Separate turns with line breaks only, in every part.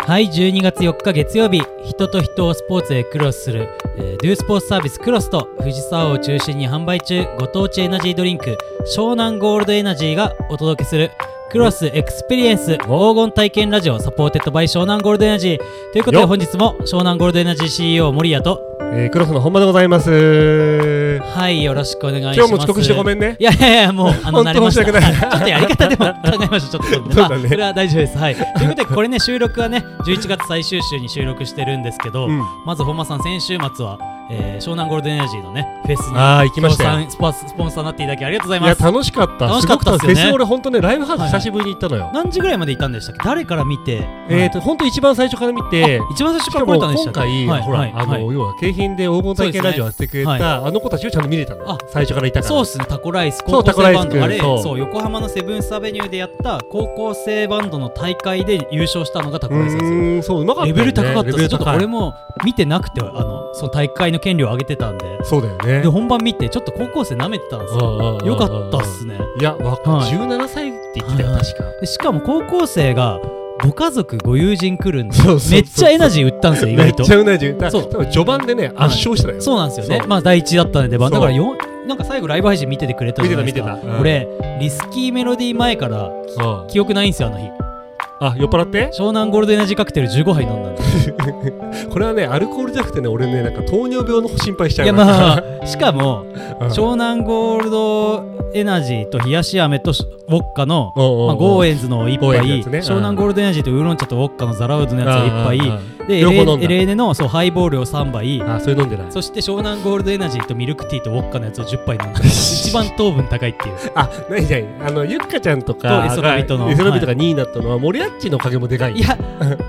はい12月4日月曜日人と人をスポーツへクロスする、えー、ドゥスポーツサービスクロスと藤沢を中心に販売中ご当地エナジードリンク湘南ゴールドエナジーがお届けするクロスエクスペリエンス黄金体験ラジオサポーテッドバイ湘南ゴールドエナジーということで
よっ
本日も湘南ゴールドエナジー CEO 森谷と
えー、クロスの本場でございます。
はいよろしくお願いします
今日も遅刻してごめんね。
いやいやいや、もう、あの、
本当
慣れました。
申し訳ない
はい ちょっとやり方でも考えました、ちょっとこれで。
そうだね
まあそれは大丈夫です。はい。ということで、これね、収録はね、11月最終週に収録してるんですけど、
うん
まず、本間さん、先週末は、えー湘南ゴールデンエナジーのね、フェスに、
あー行きましたよ
協賛スポスポンサーになっていただき、ありがとうござい
い
ま
や
す。
楽しかった。
楽しかったっすよね
ごく楽しフェス俺本当ねライブハウス久しぶりに行ったのよ。
何時ぐらいまでいたんでしたっけ誰から見て、
えっ、ー、と本当一番最初から見て
あ、一番最初
し
か
から
来
も
れたんでしたっけは
今回、
い
ほら、
はい
あの、
はい
要は景品で黄金体験ラジオやってくれた、
そうですね
あの子たちをちゃんと見れたの。
あ
最初からいたから。
そうっすね、タコライス、高
そうタ
校
コラ
生
イス
バンド、あれ、
くんそう
そう、横浜のセブンスアベニューでやった高校生バンドの大会で優勝したのがタコ
う
ライスなんですよ。
ーんそううまかった
レ
よね。
ベル高かった
レ
で
ベ
す
ル
ちょっと
高い
俺も見てなくてあのその大会の権利を上げてたんで
そうだよね
で。本番見てちょっと高校生舐めてたんです
うんうんうん
よ
うん
よかったっすね
いやわか、
はい
17歳って言ってたよ
はい
確か。
でしかも高校生がご家族ご友人来るんで
そうそうそう
めっちゃエナジー売ったんですよ意
め
外
っ
と
ちゃうなじゅう。だ
そう
多分序盤でね圧勝したよ。
そうなんですよね
そう
まあ第一だったんで出番だから
そ
よんなんか最後ライブ配信見ててくれたじゃないですか
見てた見てたうん
俺リスキーメロディー前から
うん
記憶ないんですよあの日
あ酔っ払って？
湘南ゴールドエナジーカクテル15杯飲んだんです
これはねアルコールじゃなくてね俺ねなんか糖尿病の心配しちゃう
いやまあ しかも
あ
湘南ゴールドエナジーと冷やし飴とウォッカの、まあ、ゴ
ゴ
ー
ーエ
エンズの一
ゴーエンズの
杯、
やつねうん
湘南ゴールドエナジーとウーロン茶とウォッカのザラウドのやつを一杯、でエ
両方
レ
飲んだ
エレーネのそうハイボールを3杯、
あそれ飲んでない
そして湘南ゴールドエナジーとミルクティーとウォッカのやつを10杯 飲んで一番糖分高いっていう
あなになにあのゆっかちゃんと
と
か
イソラビトの
がイソラビトが2位になったのはモリアッチのおかげもでかい
いや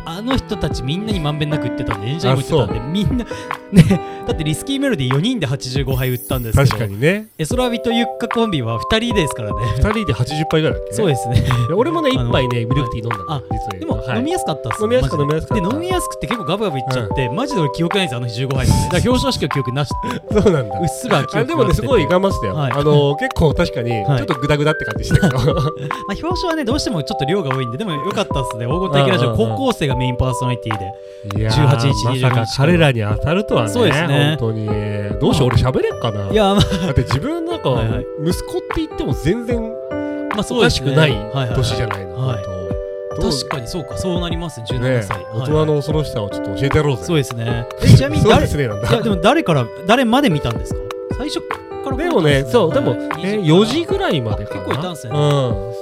あの人たちみんなにまんべんなく言ってたんでエンジャイも言ってたんでみんな ねだってリスキーメロディー4人で85杯売ったんですけど
確かにね
エソラビとユッカコンビは2人ですからね
2人で80杯ぐらいだっけ
そうですね
いや俺もね1杯ねミルクティー飲んだの
あ
実を言う
で
と
も、
はい
飲みやすかったっす
飲みやすかった
マジで
飲みやすかった
で飲みやすくて結構ガブガブいっちゃって、マジで俺記憶ないんですよあの日15杯までだから表彰式は記憶なしって
そうなんだ
うっすら記憶
あでも
な
ね
くて
すごい我慢してたよ、
はい
あの結構確かにちょ
はい
っとグダグダって感じしてたけ ど、
まあ、表彰はねどうしてもちょっと量が多いんででもよかったっすね黄金体験ラジ
う
オ
んうんうん
高校生がメインパーソナリティで
いやー
18日
まさか彼らに当たるとはね
そうですね
本当にどうしよう俺喋れっかない
やま
だって自分なんか
はいはい
息子って言っても全然
あ、まあ、そ
お
うで
か
す
し
ね
くない
ははは
年じゃないの、
はい
本当どう
確かにそうかそうなりますね
ね
17歳、
大
は
人
い
の恐ろしさをちょっと教えてやろうぜ
そうですねえちなみに
そう
誰
で
い
すねなんだ
やでも誰から誰まで見たんですか最初から
でもねそうでも、え4時ぐらいまでかな
結構いたんすよね
うん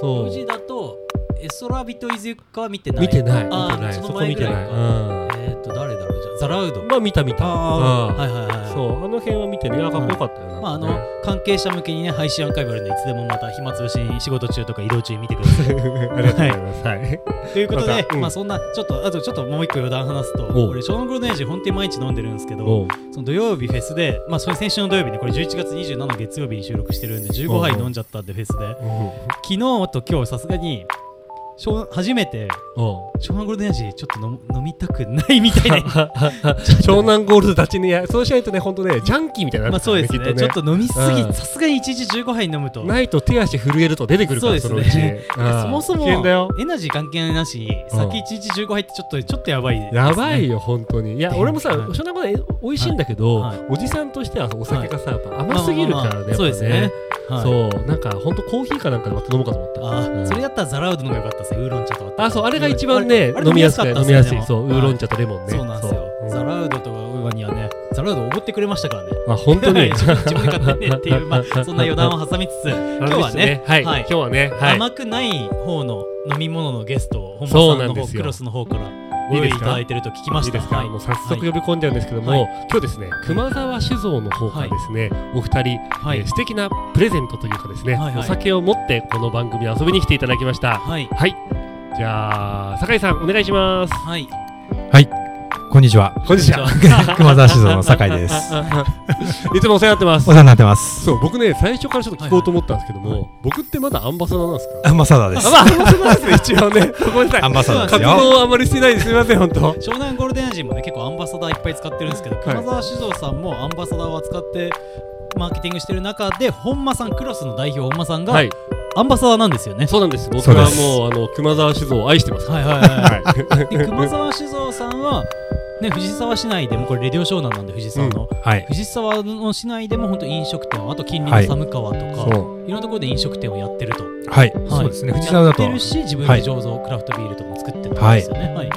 そ
4
う
時だとエソラビとイズユッカは見てない
見てない見
あー
てない
そ
そ
の
こ
前
見
ぐ
て
らい
ない、
か
うん、
えー、と誰だろうじゃあザラウド
まあ見た見た
ああ、
うん
はいはいはいはい
そうあの辺は見てねあかっこよかったよな、
まああの
ね
関係者向けにね配信アーカイブあるんでいつでもまた暇つぶしに仕事中とか移動中に見てくださ
ありがとうございます、 はい、
いということで、
また
ま
うん
あそんなちょっとあとちょっともう一個余談話すと
おう
俺ショーングローデンジ本当に毎日飲んでるんですけど
おう
その土曜日フェスでまあそれ先週の土曜日ねこれ11月27の月曜日に収録してるんで15杯
おう
飲んじゃったんでフェスで
うん
昨日と今日さすがにショーン初めて
うん
ショーングローデンジちょっと飲む飲みたくないみたいな
湘南ゴールド立ちにやそうしないとね本当ねジャンキーみたいにな
まあ
るか
そう
ら
ですね
きっと
ちょっと飲みすぎ
うん
さすがに1日15杯飲むと
ないと手足震えると出てくるから
そ
そうの
で
う
す
ち
ね
うん
そもそも
危険だよ
エナジー関係なしに先1日15杯ってちょっとちょっとやばいですね
やばいよ本当にいや俺もさ
はい
湘南ゴールド美味しいんだけど、
はい
おじさんとしてはお酒がさ、やっぱ甘すぎるからね,、
まあまあまあそうですねはい
そうなんか本当コーヒーかなんかでまた飲もうかと思った
あー
うん
それだったらザラウドの方が良かったですねウーロン茶とか
あそうあれが一番ね
あれ
飲みやす
あ
くて
れ
飲みやすい
でも
そうウーロン茶とレモンね
そうなんですよ
そう
ザラウドとかウーバにはねザラウドおごってくれましたからね
あ本当に
自分自分で買ってねっていう まあそんな余談を挟みつつ今日はね
はい、今日はねはい
甘くない方の飲み物のゲストを本
そ
間
う
さん
な
の
んで
方
す
ク
よ
ロスの方からご
い
用
いで
意い
す
た
か
だいてると聞きま
い
した
いですか、
はい
もう早速呼び込んじゃうんですけども、
はい
今日ですね熊沢酒造の方からですね、お二人、
はい
えー素敵なプレゼントというかですね、
はいはい
お酒を持ってこの番組に遊びに来ていただきました
はい
はいじゃあ酒井さんお願いします
はい
こんにちは。
こんにち
は
は
熊沢酒造の酒井です。
いつもお世話になってま
お
す
世話になってます。
そう僕ね最初からちょっと聞こうと思ったんですけども、僕ってまだアンバサダーなんですか
アンバサダーで
あ
す。
まあ、アンバサダーなん ですね、一応ね。ごめんなさい
アンバサダーです
活動
よ。
をあんまりしてないです。すみません、本当。
湘南ゴールデンエナジーもね結構アンバサダーいっぱい使ってるんですけど、熊沢酒造さんもアンバサダーを扱ってマーケティングしてる中で本間さんクロスの代表本間さんが、
はい。
アンバサダーなんですよね。
そうなんです。僕
そう
は
です
もうあの熊沢酒造を愛してます。
はいはいはい
はい
で熊沢酒造さんは、ね、藤沢市内でもこれレディオ湘南なんで藤沢の、
はい。
藤沢の市内でも本当飲食店あと近
は
隣
い
の寒川とか、
そ
い、ろんなところで飲食店をやってると、
はい。
い
そうですね。藤沢だと
やって。るし自分で醸造、クラフトビールとかも作ってるん
はい
ですよねはい、あ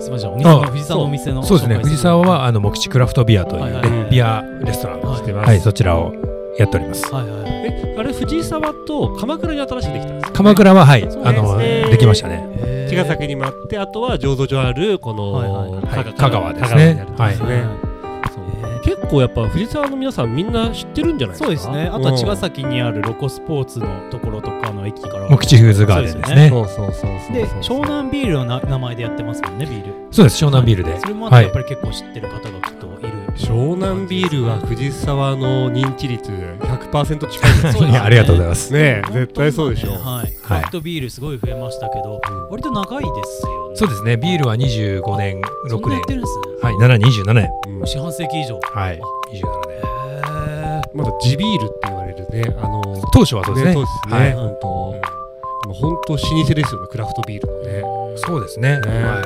すみませんお店の
あ
藤沢のお店の
そうですね。
紹介る
藤沢は、あの、木地クラフトビアとい
はいは
う
いはい
ねビアレストラン。
はい
ま
はい、そちらをやっております。
はいはいはい
え、あれ藤沢と鎌倉に新しいできたんですか
鎌倉は、はい、
そうですね
あの、できましたね。
へー
茅ヶ崎にもあって、あとは醸造所あるこの、
はいはいはい
は
香
い
川
香川ですね
香川になるんです
はいは
ね
い
そう
えー
結構やっぱ藤沢の皆さんみんな知ってるんじゃないです
そ
か
うですねあとは茅ヶ
崎
崎にあるロコスポーツのところとかの駅から
木地フーズガーデンですね。
うそうそうそう
で湘南ビールのな名前でやってますもんねビール
そうです。湘南ビールで
そ。れもあって
はい
やっぱり結構知ってる方がきっといる、
湘南ビールは藤沢の認知率100%近いです
そうです
い
ね
や、ありがとうございます。
ね
本当にね
絶対そうでしょう、
はいクラフトビールすごい増えましたけど、
うん
割と長いですよね
そうですね。ビールは25年、
そん
6
なや
年
っ。てるんですね
はい、7、27年。
うん
四半世紀以上
はい、27年。
へ
まだ地ビールって言われるねあの
当初はそうですね。
そうですね、
はい。
本当、もう本当老舗ですよねクラフトビールのね
そうですね。
ね
はい。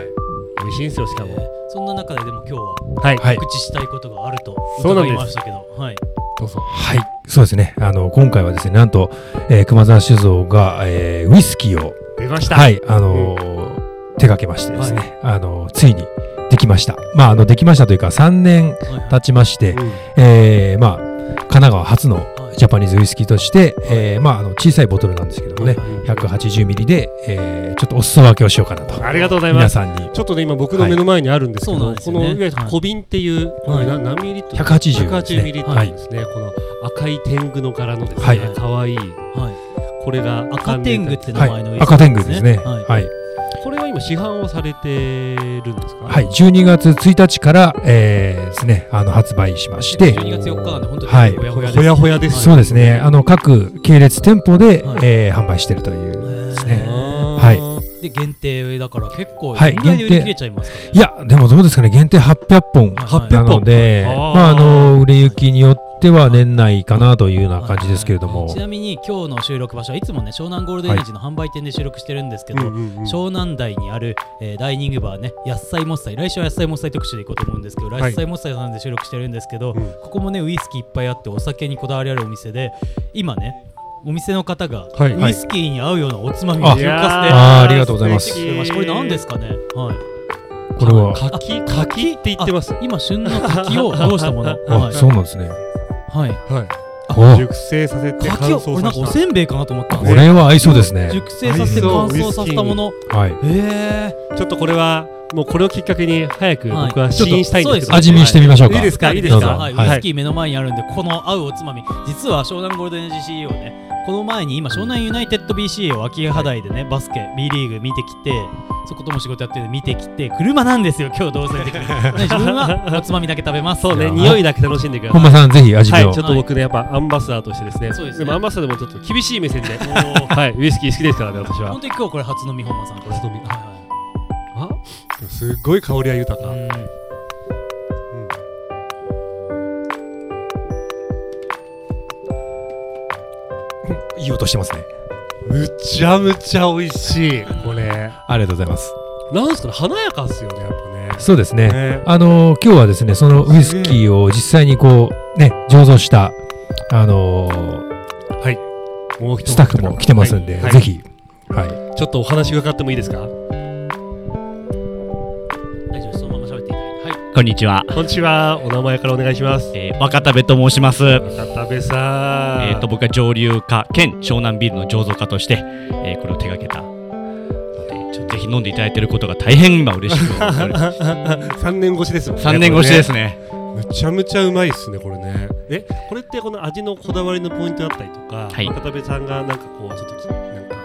美味しいんですよしか
え
も
そんな中ででも今日は
はい、
はい
告知したいことがあると
そうなん
伺い
です
ましたけどはい
どうぞ
はい、そうですね。あの今回はですね、なんと、えー熊沢酒造が、えーウイスキーを
出ました、
はい、あのー手掛けましてですね、あのーついにできました。まああのできましたというか3年
はいはい
経ちまして、
うん
えーまあ神奈川初の
はい
ジャパニーズウイスキーとして、えーまああの小さいボトルなんですけどもね、
うん
180ミリで、えーちょっとお裾分けをしようかなと
ありがとうございま
皆
す
さんに
ちょっとね今僕の目の前にあるんですけど、
はいそうなんです
こ
よね
のいわゆる
はい
小瓶っていう、
はい
な何ミリリットル
180ですね
180ミリリット
は
ル
い
ですね、この赤い天狗の柄のです
は
ね、
い
可、愛いこれが
赤天狗っ
赤
て名
は
前の
い、
ウイスキー
赤天狗ですね。
はい
はい
これは今市販をされてるんですか
はい、12月1日から、えーですね、あの発売しまして、
12月4日なんで本当に
はい
ほやほやです、
ほやほやです
そうですね、あの各系列店舗で、
はい
えー販売してるという。
です
ね
は
で限定だから結構
はい
どんぐらいで売り切れちゃいますかね、
いや、でもどうですかね、限定800本
はいはい
なので、
800本
まあ、
あ
あ
ー
の売れ行きによっては年内かなというような感じですけれども
ち、なみに今日の収録場所はいつもね湘南ゴールドエナジーの販売店で収録してるんですけど、湘南台にある、えーダイニングバーね野菜もっさい来週は野菜もっさい特集でいこうと思うんですけど
はい
来週野菜もっさいさんで収録してるんですけど、
うん
ここもねウイスキーいっぱいあってお酒にこだわりあるお店で今ねお店の方が、
はい
ウイスキーに合うようなおつまみを
あ
追加して
あーありがとうございます
作ってましたこれ何ですか
か
ねはい
これは、
柿柿って言ってます
今旬の柿 をどうしたものは
あ
い
そうなんですね。
はい
はい
お
熟成させて乾
柿を
燥
これなん
さ
か
せ
お
た
せんべいかなと思ったんです
これは合いそうですね。
熟成させて乾燥させたもの
はい、
ええ
ちょっとこれはもうこれをきっかけに早く
はい
僕は試飲したいんですけど、
そうです
味見してみましょうか。
いいですかいいです
どう
か
ぞ
はい、
はい
ウイスキー目の前にあるんでこの合うおつまみ実は湘南ゴールドエナジー CEO ねこの前に今湘南ユナイテッド BC を秋葉原でねバスケ B リーグ見てきてそことも仕事やってるんで見てきて車なんですよ今日どうせ 的にね自分はおつまみだけ食べます
そうね
いや
匂いだけ楽しんでください
本間さん、ぜひ味
は
見を。
い、ちょっと僕ね、やっぱアンバサダーとしてですね、
そうですね
もアンバサダーでもちょっと厳しい目線で、
おー
はい、ウイスキー好きですからね、私は
本。当に今日これ初飲み本間さんこれ
初飲み
はいはい
あすっごい香りは豊か。
うん
いい音してますね。
むちゃむちゃ美味しい、これ。
ありがとうございます。
なんすかね、華やかっすよね、やっぱね。
そうですね。
ね
あの今日はですねそのウイスキーを実際にこうね醸造したあの
もう一
スタッフも来てますんで、
はい
ぜひはい
ちょっとお話伺ってもいいですか
大丈夫ですそのまま喋っていただいてはい
こんにちは、
こんにちは、お名前からお願いします。
えー、若田部と申します。え
片部さん。
ー、 と僕は上流家兼湘南ビールの醸造家として、えー、これを手掛けたのでちょぜひ飲んでいただいていることが大変今嬉し く思っております
3年越しですもんね。
3年越しですね
これね。むちゃむちゃうまいっすね、これね。え、これってこの味のこだわりのポイントだったりとか、
はい
片部さんがなんかこう、ちょっとき、なんか、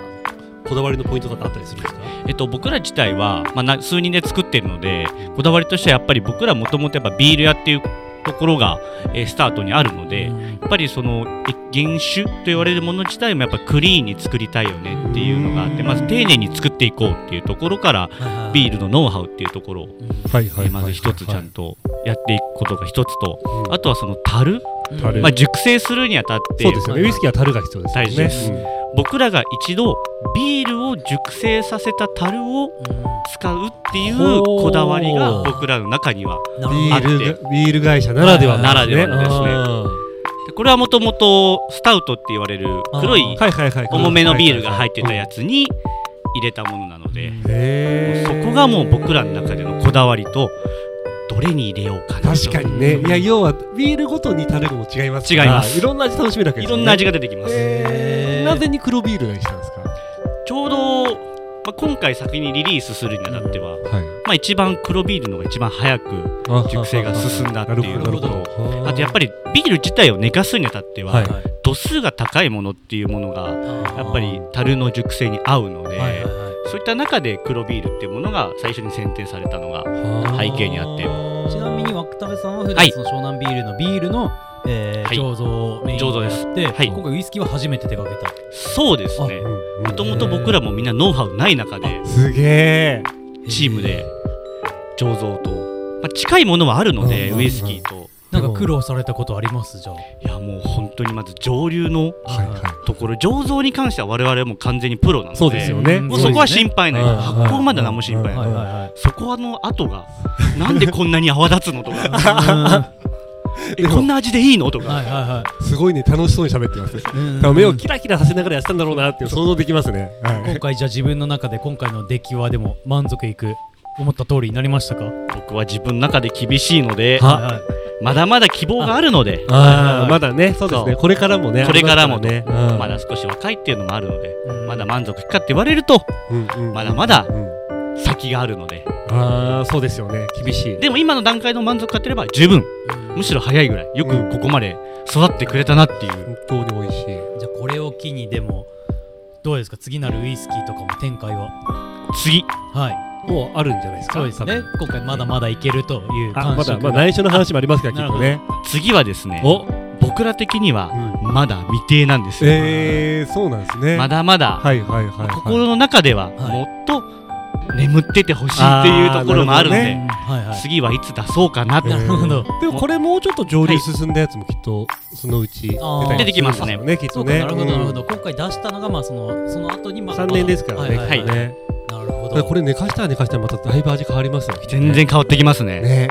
こだわりのポイントとかあったりするんですか
えっと、僕ら自体は、まあ、な数人で作っているのでこだわりとしてはやっぱり僕らもともとやっぱビール屋っていうところが、えースタートにあるので、や
うん
っぱりそのえ原酒と言われるもの自体もやっぱクリーンに作りたいよねっていうのがあってまず丁寧に作っていこうっていうところからビールのノウハウっていうところを
はいは
えーまず一つちゃんとやっていくことが一つと、
うん
あとはその樽、
うん
タレ
まあ、熟成するにあたって
そうですよね。ウイスキーは樽が必要ですよね。
大事です
うん
僕らが一度ビールを熟成させた樽を使うっていう
ほう
こだわりが僕らの中には
なる
ビ
ほ
あ
ど
ールがビール会社ならではなんですね。
ならではなんでこれはもともとスタウトって言われる黒
あ
い
あーはいはいはい。
重めのビールが入ってたや
つ。
つに入れたものなので
へ
そ
ー
こがもう僕らの中でのこだわりとどれに入れようかな
確かにね。いや要はビールごとに樽も違いますから。
違います
いろんな味楽しめるわけ
い
です
ろ
ね。
んな味が出てきます、
へー。
へー
なぜに黒ビールがにしたんですか。
ちょうど、まあ、今回先にリリースするにあたっては、
はい。
まあ、一番黒ビールのが一番早く熟成が進んだっていう
なるほど
の
な
と
るほど
あとやっぱりビール自体を寝かすにあたっては、
はい
度数が高いものっていうものがやっぱり樽の熟成に合うので、
はいはいはい
そういった中で黒ビールっていうものが最初に選定されたのが背景にあって
ちなみに渡辺さんは普
は
段
い
その湘南ビールのビールの、えー
はい
醸造をメイン
醸造で
に
す
やって、
はい
今回ウイスキーは初めて手掛けた
そうですねもともと僕らもみんなノウハウない中で
すげえ。
チームで醸造と、まあ、近いものはあるので、
うん
ウイスキーと
なんか苦労されたことありますじゃあ
いやもう本当にまず上流の
はいはい。
ところ醸造に関しては我々はもう完全にプロなので
そうですよね。
もうそこは心配ない、
うん
発酵まで何も心配ない、
うん
はいはいはい
そこはの後がなんでこんなに泡立つのとかえこんな味でいいのとか
はいはいは
すごいね楽しそうに喋ってます。
いうん
多分目をキラキラさせながらやってたんだろうなっていう想像できますね。はい
今回じゃあ自分の中で今回の出来はでも満足いく思った通りになりましたか
僕は自分の中で厳しいので
は
はいはい
まだまだ希望があるので
ああまだねそうですね
そう
これからもね
これからも
ありますからねうん
まだ少し若いっていうのもあるので
うん
まだ満足いくかって言われると
うんうん
まだまだ
うん
先があるので
ああそうですよね厳しい
でも今の段階の満足かってれば十分むしろ早いぐらいよ
うん
くここまで育ってくれたなっていう
本当に美味しい
じゃあこれを機にでもどうですか次なるウイスキーとかも展開は
次
はい
もうあるんじゃないですか
そうですね
多分
今回まだまだいけるという
あ
感
ま
触
だまあ内緒の話もありますからき
な
っ
るほ
と
ど
ね
次はですね
お
僕ら的にはまだ未定なんですよ
えーそうなんですね
まだまだ
はいはいはいはい
心の中では
はい
もっと眠っててほしいっていうところもあるの
あーな
で
るほ
うんはいはい
次はいつ出そうかなって
なるほど
でもこれもうちょっと上流進んだやつもきっとそのうち出
あー
たり
出てきますね
るんですよねき
そ
っと
うか、
ね
なるほど、なるほ
ど
ど。今回出したのが、まあ、その、その後に、まあ。
3年ですからね
はい
き
はい
っ
は
と
い
ね
なるほ
だから
ど。
これ寝かしたら寝かしたらまただいぶ味変わりますよ
全然変わってきますね
ね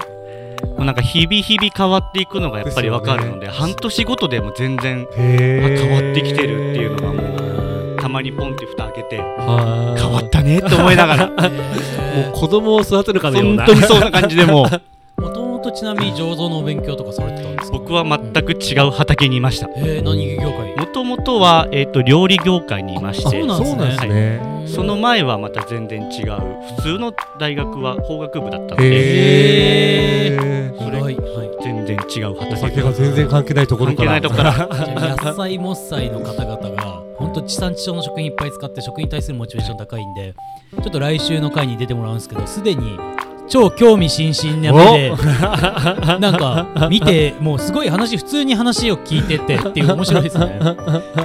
もうなんか日々日々変わっていくのがやっぱりわかるの
です
で
よね
半年ごとでも全然あ
へー
変わってきてるっていうのがもうたまにポンって蓋開けて
はー
変わったねって思いながら本
もう子供を育てるかのような
当にそんな感じで もう
もともと、ちなみに、醸造のお勉強とかされてたんですか。
僕は全く違う畑にいました
えー、何業界。
もともとは、えー、と料理業界にいまして
あそうなんですね
ね
その。前はまた全然違う普通の大学は法学部だったので
へえ
意外、はい。
全然違う
お
畑
酒が全然関係ないところ
関
か
係
ら
ないとこから
じゃあ野菜もっさいの方々が本当地産地消の食品いっぱい使って食に対するモチベーション高いんでちょっと来週の回に出てもらうんですけどすでに超興味津々なのでなんか見てもうすごい話普通に話を聞いててっていう面白いですね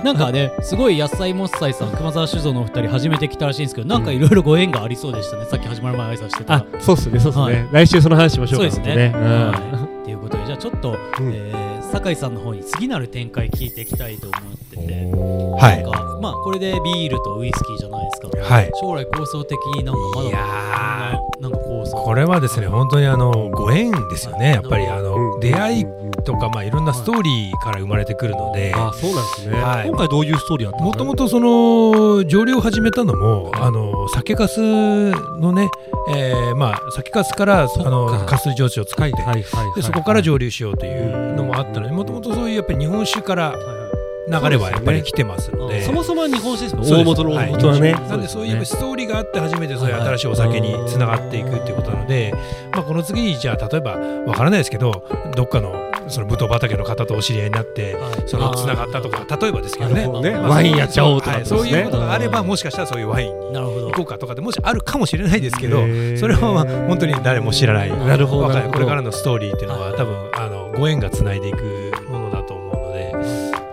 なんかねすごい野菜もっさいさん熊沢酒造のお二人初めて来たらしいんですけどなんかいろいろご縁がありそうでしたねさっき始まる前挨拶してた
あ
ら
そうっすねそうっすね、来週その話しましょうか
そうですね
う
はいということでじゃあちょっと、
ん
えー酒井さんの方に次なる展開聞いていきたいと思ってて。
ん
は
なん
い。
かまあこれでビールとウイスキーじゃないですか
はい。
将来構想的になんかまだ
いや
なんか構想
これはですね、本当にあの、ご縁ですよね。やっぱりあ
う
の、
ん
出会いとか、まあいろんなストーリーから生まれてくるので、
あそうなんですね、
はい
今回どういうストーリーあったの
もともとその蒸留を始めたのも、あの酒粕のね、えーまあ酒粕から
そっ
あ
か
の粕蒸酒を使って、
はいはいはい、
でそこから蒸留しようというのもあったので、もともとそういうやっぱり日本酒から流れはやっぱり来てますので。
そもそもは日本酒ですもん
そ
大
うです
元の
はい
元はね、
なんでそういうやっぱり
そ
ストーリーがあって初めてそういう新しいお酒につながっていくっていうことなので、まあ、この次にじゃあ例えばわからないですけどどっかのそのぶどう畑の方とお知り合いになって
はい
そのつながったとか例えばですけどね
なるほどね
まあ
ワインやっちゃおうとか
はい
ってこ
そ
と
う
ですね
いうことがあればもしかしたらそういうワインに
なるほど
行こうかとかでもしあるかもしれないですけど
へー
それはまあ本当に誰も知らない
なるほど
若
ないるほど
これからのストーリーっていうのは多分あのご縁がつないでいくものだと思うので。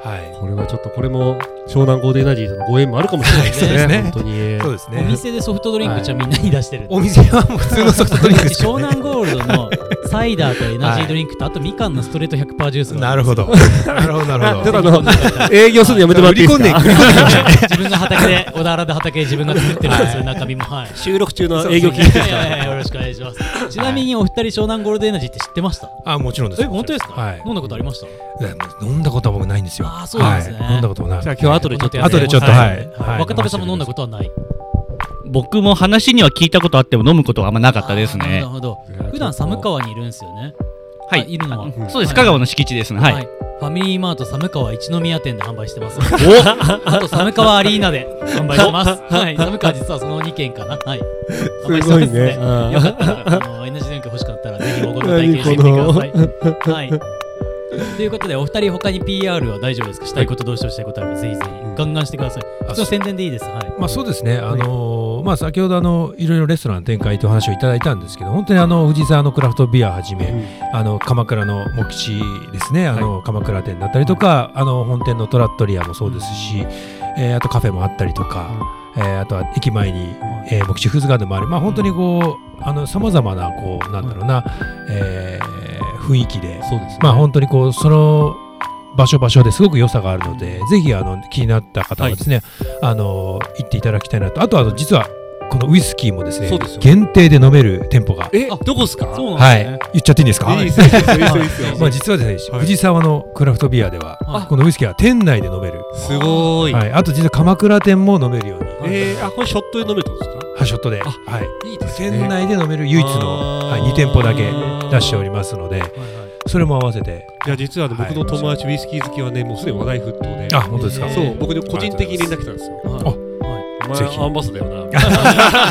はい
これはちょっとこれも湘南ゴールデンエナジーとのご縁もあるかもしれないですね
そうですね
本当に
そうです
お
ね
店でソフトドリン
は
ク
い
じゃあみんなに出してる
お店はもう普通のソフトドリンクですけど
湘南ゴールドのサイダーとエナジードリンクと、あとみかんのストレート100%ジュースが
なるほど。なるほど、なるほ
ちょっと
ど。
あの営業するのやめてもらっていいですか
売り込んでいく
自分が畑で小田原で畑で自分が作ってるんですよ中身もはい
収録中の営業
い
聞いて
やいやいやよろしくお願いしますちなみにお二人湘南ゴールドエナジーって知ってました
あ、もちろんです。
え本当ですか、
はい
飲んだことありました
飲んだことは僕ないんですよ。
あーそうなんですね
はい飲んだこともない。
じゃあ今日後でちょっとや
後でちょっと、
は
はいい。
はい
はい
若田部さんも飲んだことはない
僕も話には聞いたことあっても飲むことはあんまなかったです
あーな
ね
る。ほど普段寒川にいるんですよね
は
あい
い。
るのは
あそうで
はい
す。香川の敷地ですね。はい。
ファミリーマート寒川一宮店で販売してます。 あと寒川アリーナで販売してます。はい、寒川実はその2軒かな。はい。販売してます
ごいねうん
よかったら、あの NG 電気欲しかったら、ぜひおご体験してみてください。はい。ということで、お二人他に PR は大丈夫ですかしたいこと、どうしようしたいことあれば、ぜひぜひ、
うん
ガンガンしてください。
あ
普通の宣伝でいいです。はい。
まあそうですね、あのーまあ、先ほどあのいろいろレストランの展開という話をいただいたんですけど本当にあの藤沢のクラフトビアはじめ、あの鎌倉の茂吉ですねあの、鎌倉店だったりとかあの本店のトラットリアもそうですし、えーあとカフェもあったりとか、えーあとは駅前に、えー、茂吉フーズガーデンもある、まあ、本当にこうさまざまなこうなんだろうな、えー雰囲気で
そうですね
まあ本当にこうその場所場所ですごく良さがあるので、ぜひあの気になった方はですね、あの行っていただきたいなと。あとあの実はこのウイスキーもですね
そうですよ
限定で飲める店舗が
えどこですか
そう
は
なん
い
ですね。
言っちゃっていいんですか。
いいですよいいですよいいですよいい ですよ
まあ実はですね、
はい
藤沢のクラフトビアでは、
はい
このウイスキーは店内で飲める。
すごい
はい。あと実は鎌倉店も飲めるように、
えーあこれショットで飲めたんですか
ハショットで、
あ
はい。
いい
店内で飲める唯一の、
あー
はい、2店舗だけ出しておりますの
は
で、
いはい
それも合わせて、
いや実はね
はい
僕の友達ウイスキー好きはねもうすでに話題沸騰で
あ本当ですか。
えー
そう僕で個人的に連絡来たんですよ
はい
あ
はい
お
ぜひ
前アンバサダーだ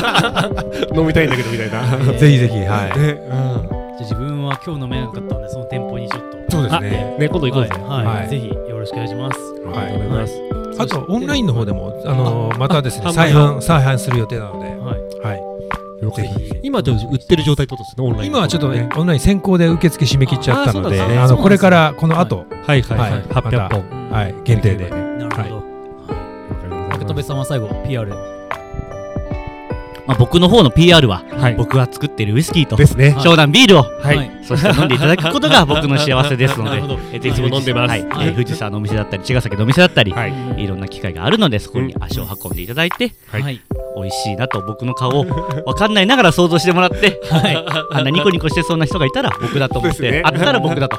よな飲みたいんだけどみたいな
えー
ぜひぜひ、はい。
ねうん
じゃあ自分は今日飲めなかったので、その店舗にちょっと。
そうです
あ
ね。
ね今度行こうぜ
はい、
はい
はい、ぜひよろしくお願いします。
はい
ありがとうございます
あとオンラインの方でもあのまたですね
あ
再販再販する予定なので、
はい、
は
了解
ぜひ
今でも売ってる状態ってことですねオンライ
い、
ン
今はちょっと
ね
ねオンライン先行で受付締め切っちゃっ
あー
たので
そうなんですね
あ
そうなんです
の
ね
これからこの後、
はいはいはい
はい
800本
は
う
い、限定で
了
んなるほど。はい
解
福
でございます
留さんは最後 PR
まあ、僕の方の PR は、
はい
僕が作ってるウイスキーと、
ですね
湘南ビールを、
はい
そして飲んでいただくことが僕の幸せですの
な
で
るほど、
えー
いつも飲んでます
はいえー
はい
藤沢のお店だったり、茅ヶ崎のお店だったり、、
はい
い
ろんな機会があるので、そこに足を運んでいただいて、
はい
はい
美味しいなと僕の顔を分かんないながら想像しても らって、あんなニコニコしてそうな人がいたら僕だと思っ
そうですね
て、あったら僕だと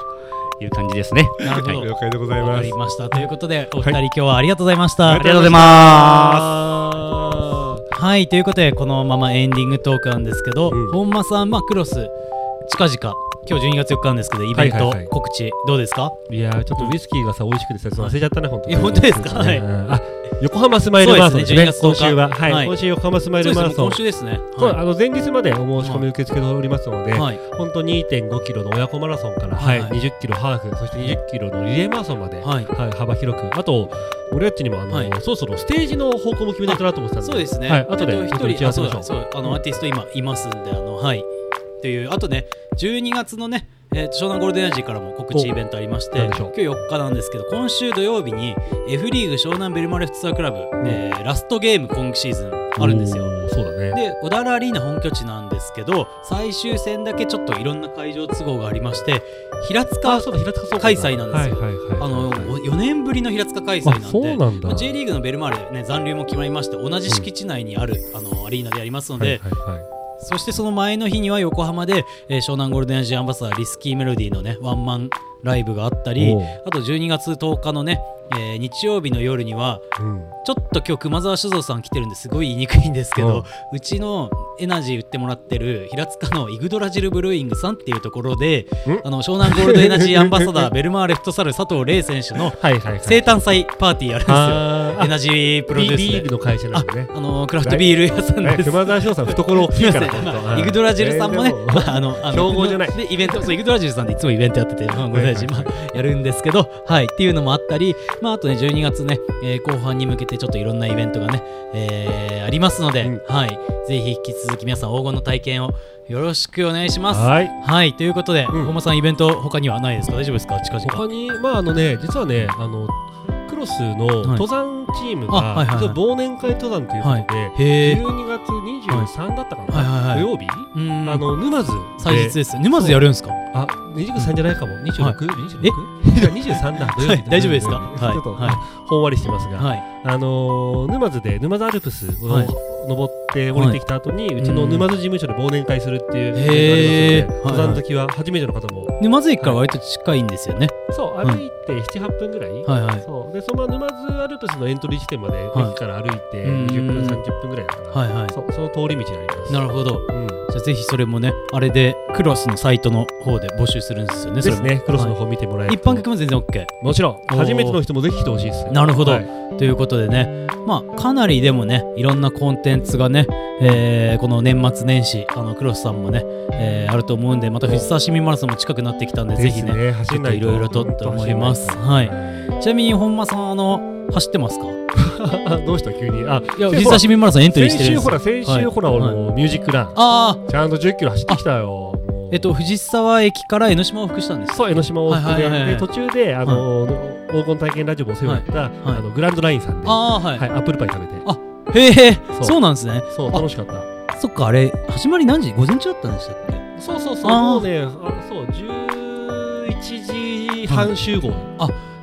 いう感じですね。
なるほど
了解でござい
わか
ます
りましたということでお二人今日はありがとうございました、
ありがとうご
あ
ざいま
ー
はい、ということでこのままエンディングトークなんですけど、
うん
本間さん、まあ、クロス近々今日12月4日なんですけどイベン
はい
ト
はいはい
告知どうですか、
いやーちょっとウイスキーがさ美味しくてさ忘れちゃったな本当に。
え本当ですかはい
うんあ横浜スマイルマラソンです
そう
ね。
ですね12
今
月10日
週ははい、
はい
今週横浜スマイ
そ
ル
う
マ
で
ラ
す
ソン。
今週ですね
そう
は
あの前日までお申し込み受け付けておりますの
い、
で、
はい
本当2.5キロの親子マラソンから、
は
はいい、20キロハーフ、そして20キロのリレーマラソンまで、はい、
はい
幅広く、あと俺たちにもあの、
はい
そろそろステージの方向も決めないとなと思ってたんで、
そうですね。
はい、後で
あ
ちょっ
と
と
一
打
人、
ち合
あ
わせ
そう
ましょ
だ
う。
そう、あのアーティスト今いますんで、あのはい。というあとね、12月のね、えーと湘南ゴールデンエナジーからも告知イベントありまして、
おな
今
んでし
日
ょう
4日なんですけど、今週土曜日に F リーグ湘南ベルマルフッツアークラブ、えーラストゲーム今シーズンあるんですよ。
おー。そうだね。
で小田原アリーナ本拠地なんですけど最終戦だけちょっといろんな会場都合がありまして平塚
あ、そうだ平塚そう
開催なんですよ
はいはいはい、
あの
はい
4年ぶりの平塚開催なんで
あそうなんだ
まあ J リーグのベルマーレ、ね、残留も決まりまして同じ敷地内にある、あのアリーナでやりますので、
はいはいはい
そしてその前の日には横浜で、えー湘南ゴールデンアジアンバサダーリスキーメロディーのねワンマンライブがあったり
おう
あと12月10日のね、えー日曜日の夜には
うん
ちょっと今日熊沢酒造さん来てるんですごい言いにくいんですけど、うちのエナジー売ってもらってる平塚のイグドラジルブルーイングさんっていうところであの湘南ゴールドエナジーアンバサダーベルマーレフットサル佐藤玲選手の
はいはいはい。
生誕祭パーティーやるんですよ。
あー
エナジープロデュースで。
ビビールの会社なんでね
あ、あのークラフトビール屋さん
ね
です。
熊沢翔さん懐大き
す
い
い
か
ま
ら
せんまあイグドラジルさんもね、
えーで
まあ、あの、あの
競合じゃない
で、イベント、そう、イグドラジルさんでいつもイベントやってて、まあごめんなさい、
はいはい
まあやるんですけど、はい、っていうのもあったり、まあ、あとね、12月ね、えー後半に向けて、ちょっといろんなイベントがね、えーありますので、
うん
はい、ぜひ引き続き皆さん、黄金の体験をよろしくお願いします。
はい
はい、ということで、
うん
本間さん、イベント、他にはないですか大丈夫ですか近々。
他にまああのね実はねあのクロスの
はい
登山チーム
あはい
が
はいはい
ちょっと忘年会登山ということで、
へえ。
12月23だったかな、
はいはいはい
土曜日、
うん。
あの沼津
祭日です。沼津でやるんですか。
あ、23じゃないかも。26?26?
はい
いや、23だ。
はい大丈夫ですか
土曜日
はい
ちょっと、
はい
ほんわりしてますが、
はい。
あのー沼津で沼津アルプスを、
はい
登って降りてきた後に、うちの沼津事務所で忘年会するっていう
へー
イベントがありますので、登山好きは初めての方も、
沼津駅から割と近いんですよね。
そう、
い
歩いて7、8分ぐらい、
はいはい。
そうでそのまま沼津アルプスのエントリー地点まで、
はい
駅から歩いて
うん
20分、30分ぐらいだから、
はいは
そうその通り道になります。
い。なるほど。
うん
じゃあぜひそれもね、あれでクロスのサイトの方で募集するんですよね。
です
それも
ね、クロスの方見てもらえ
はい
る
一
と
般客も全然 OK。
もちろん
おー
初めての人もぜひ来てほしいです
なるほど
はい
ということでね、まあ、かなりでもね、いろんなコンテンツがね、えーこの年末年始、あのクロスさんもね、えーあると思うんで、また藤沢市民マラソンも近くなってきたんで、ぜひね、
ね
ち
走
ょっといろいろとって思います。はい。ちなみに本間さんあの走ってますか？
どうした急にあ
いや藤沢市民マラソンエントリーし
先
てるん
週
です
ほ
よ。
ら先週ほら
はい
俺もうミュージックラン
ああ
ちゃんと10キロ走ってきたよもう
えっと藤沢駅から江ノ島を往復したんです。
そう江ノ島を
はいはいはいはい
で途中であの黄金体験ラジオもお世話になった
はい
あのグランドラインさんでは
ああはい
い。アップルパイ食べて
へえ
そ
そう
う
なんですね。
そう
あ
楽しかった
そっかあれ始まり何時？午前中だったんでしたっけ？
そうそうそう
あー
もうねあそう11時半集合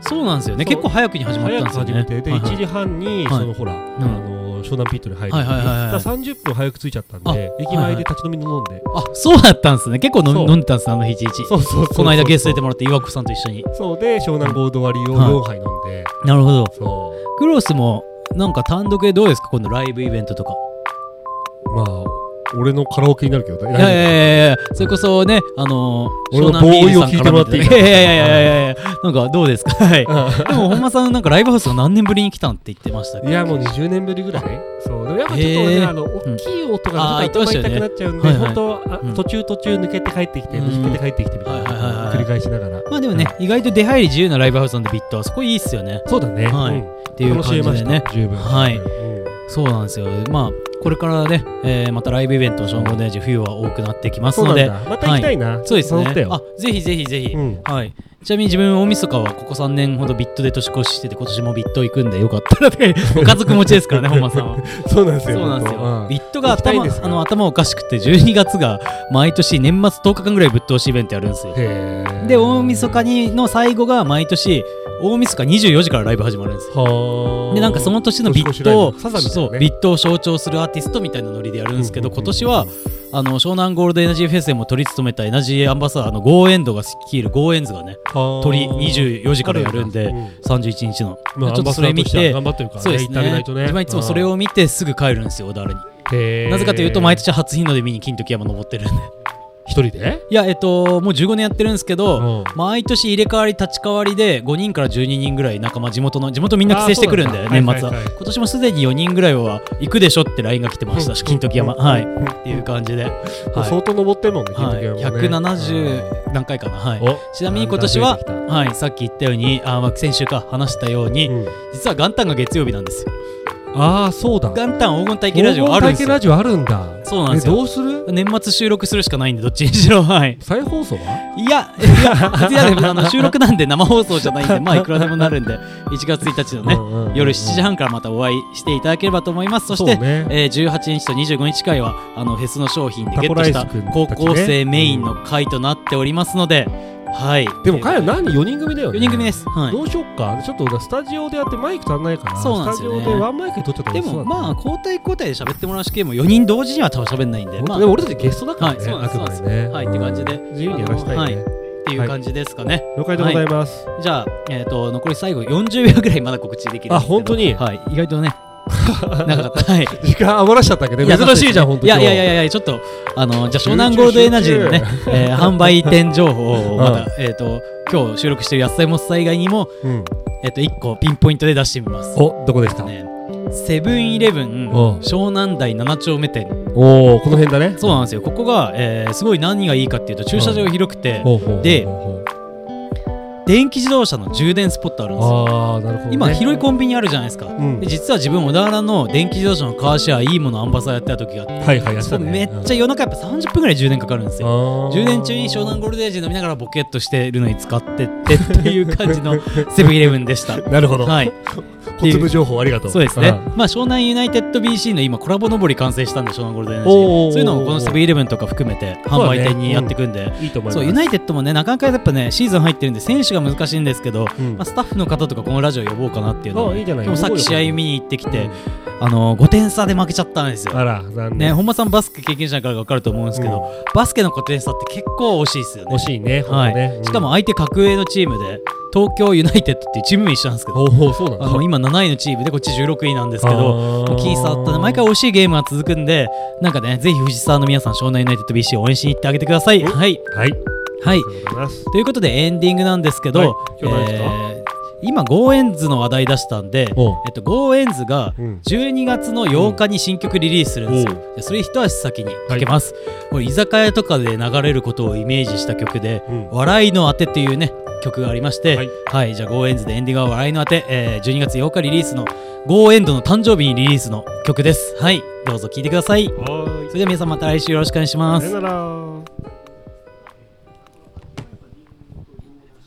そうなんですよね。
そう
結構早くに始まった
早
ん
く
ですよ
始
ね。
めてで
はいはい
1時半にそのほらあの湘南ピットに入る
はいはいはいはい
だから30分早く着いちゃったん
あ
で駅前で立ち飲み飲んで
あそうだったんですね。結構飲
そ
み
う
飲んでたんですあの日一日。
そうそうそう
この間ゲスト出てもらって岩子さんと一緒に。
そうで湘南ゴールド割りを
はい
4杯飲んで、
なるほど。
そ
クロスもなんか単独でどうですか今度ライブイベントとか。
うまあ俺のカラオケになるけど
いやいやいやいやいやそれこそね、あのー、
俺
湘
の
南ビールさん
ボーイを聞いてもらっていいか
絡んでたいやいやいやいやいやいや、なんかどうですか はい。でも本間さんなんかライブハウスが何年ぶりに来たんって言ってましたけ
い
ど。
やもう20年ぶりぐらいそうでもやっぱちょっと
へ
俺ね
ー
あの
ん
大きい音
あ
が
ー
ちょっと
言ってましたよね
頭痛くなっちゃうん
は
で
いはい
本当あ
うん
途中途中抜けて帰ってきて
うん
抜けて帰ってきてみたい
はいはいはいは
ない繰り返しながら
まあでもね、意外と出入り自由なライブハウスなんでビットはそこいいっすよね。
そうだね
はい
うん
っていう感じでね。
十分
はい
うん
そうなんですよ。まあ、これからね、えーまたライブイベントのショーンゴールデンジ冬は多くなってきます
そうな
の
ん
で、
だまた行きたいな
そうです
誘っ
ね。
て
あ
よ、
ぜひぜひぜひ。
うん
はい、ちなみに自分大晦日はここ3年ほどビットで年越ししてて今年もビット行くんでよかったら ってご家族持ちですからね本間さんは
そうなんで
そ
すよ
うなんです
本
よ
当
ビットが
行きたい
頭
んですよ
あの頭おかしくて12月が毎年年末10日間ぐらいぶっ通しイベントやるんですよ
うんへー
で大晦日にの最後が毎年大晦日24時からライブ始まるんですよ
はー
でなんかその年のビットを、
年越しライブサザンみたいなね
そうビットを象徴するアーティストみたいなノリでやるんですけど、
うん
今
うんうんうん
年はあの湘南ゴールドエナジーフェスでも取り務めたエナジーアンバサダーのゴーエンドが率いるゴーエンズがね鳥
鳥
24時からやるんで
うん
31日の、
まあ、
ちょっとそれ見て
アンバサダーとし
そう
は頑張ってるからね、
です
行ってあげな
ね
いとね。
自分いつもそれを見てすぐ帰るんですよ小田原に
うん、
なぜかというと毎
年
年初日の出見に金時山登ってるんで
一人で、
いやえっともう15年やってるんですけ
う
ど、
ん
毎年入れ替わり立ち替わりで5人から12人ぐらい仲間地元の地元みんな帰省してくるんで
あーそうな
年
ん
末は、
だはいはいはい
今年もすでに4人ぐらいは行くでしょって LINE が来てましたし金時山はいっていう感じで、は
相当登ってるもんね、
いはい、
金時山もね
170何回かなはい
うんお
ちなみに今年は
だんだん増えて、
はい、さっき言ったようにあーまあ先週か話したように、
きたうん
実は元旦が月曜日なんですよ
ああ、そうだ。
元旦黄金体系ラジオあるんです
黄金体験ラ
よ
ジオあるんだ。
そうなんですよ
えどうする
年末収録するしかないんでどっちにしろはい
再放送はい
やいやいやでもあの収録なんで生放送じゃないん でまあいくらでもなるんで1月1日のね、
うんうんうんうん
夜7時半からまたお会いしていただければと思いますそして
そうね
えー18日と25日会はあのフェスの商品でゲットした
タコライス君たち
高
ね
校生メインの会となっておりますので、はい
でも、彼ら何 ?4 人組だよね。
4人組です、はい、
どうしよっか。ちょっとスタジオでやってマイク足んないから、
そうなんですよね
スタジオでワンマイクで撮っちゃった
でもまあ交代交代で喋ってもらうし系も4人同時には多分喋んないんで、
あ、
まあ、
でも俺たちゲストだから
はい
ね、
そうなん
あ
です
くまでね。
はいって感じで
うん自由にやらしたいね。
っていう感じですかね。
了解でございます。
じゃあ、えっ、と、残り最後40秒ぐらいまだ告知できるんですけど。
あ本当に
はい。意外とね、なかった。はい。
時間余らしちゃったけど、ね、珍しいじゃん、本当
い
に。
やいやいやいや、ちょっと、あの、じゃあ湘南ゴールドエナジーの ね、えー販売店情報をまた、
う
えっ、と、今日収録してる野菜もっさ以外にも、
今日。うん
えっ、と、1個ピンポイントで出してみます。
お、どこでした
ねセブンイレブン
うん
湘南台7丁目店
おお、この辺だね。
そうなんですよここが、えーすごい何がいいかっていうと駐車場が広くて
ほうほうほうほう
で電気自動車の充電スポットあるんですよ
ああなるほど、ね、
今広いコンビニあるじゃないですか、
ん
で実は自分小田原の電気自動車のカーシェアいいものアンバサダーやってた時があって、
はいはいやって
そ
た
こ
ね
めっちゃ夜中やっぱ30分ぐらい充電かかるんですよ充電中に湘南ゴールデンエイジ飲みながらボケっとしてるのに使ってってっていう感じのセブンイレブンで した。
なるほど
はい、
小粒情報ありがとう
そうですね、
ん
まあ、湘南ユナイテッド BC の今コラボのぼり完成したんで湘南ゴールデンエイジ
おーおーおー
そういうのもこのセブンイレブンとか含めて販売店にやっていくんで、
いいと思います
そうユナイテッドもねなかなかやっぱねシーズン入ってるんで選手が難しいんですけど、
うん
まあ、スタッフの方とかこのラジオ呼ぼうかなっていうの
あいいじゃない
でもさっき
呼ぼう
試
よ
合見に行ってきて、あの5点差で負けちゃったんですよ。
あら残
ね、
念
本間さんバスケ経験者だから分かると思うんですけど、バスケの5点差って結構惜しいですよね
惜。しいねほん
は
と
い
ねうん
しかも相手格上のチームで東京ユナイテッドっていうチーム名一緒なんですけど
おおそうなんだ
あの今7位のチームでこっち16位なんですけど
あー
僅差あったね毎回惜しいゲームが続くんでなんかねぜひ藤沢の皆さん湘南ユナイテッド BC 応援しに行ってあげてください。はい、
はいありが
はい
とうございます
ということでエンディングなんですけど、
はい今日何ですか
えー今ゴーエンズの話題出したんで、
おう
えっと、ゴーエンズが
うん
12月の8日に新曲リリースするんですよ、でそれ一足先にかけます、これ居酒屋とかで流れることをイメージした曲で「
うん
笑いのあて」っていうね曲がありまして、は
はいい、
じゃあゴーエンズでエンディングは「笑いのあて」えー12月8日リリースのゴーエンドの誕生日にリリースの曲ですはいどうぞ聴いてください
はーい
それでは皆さんまた来週よろしくお願いします
さよなら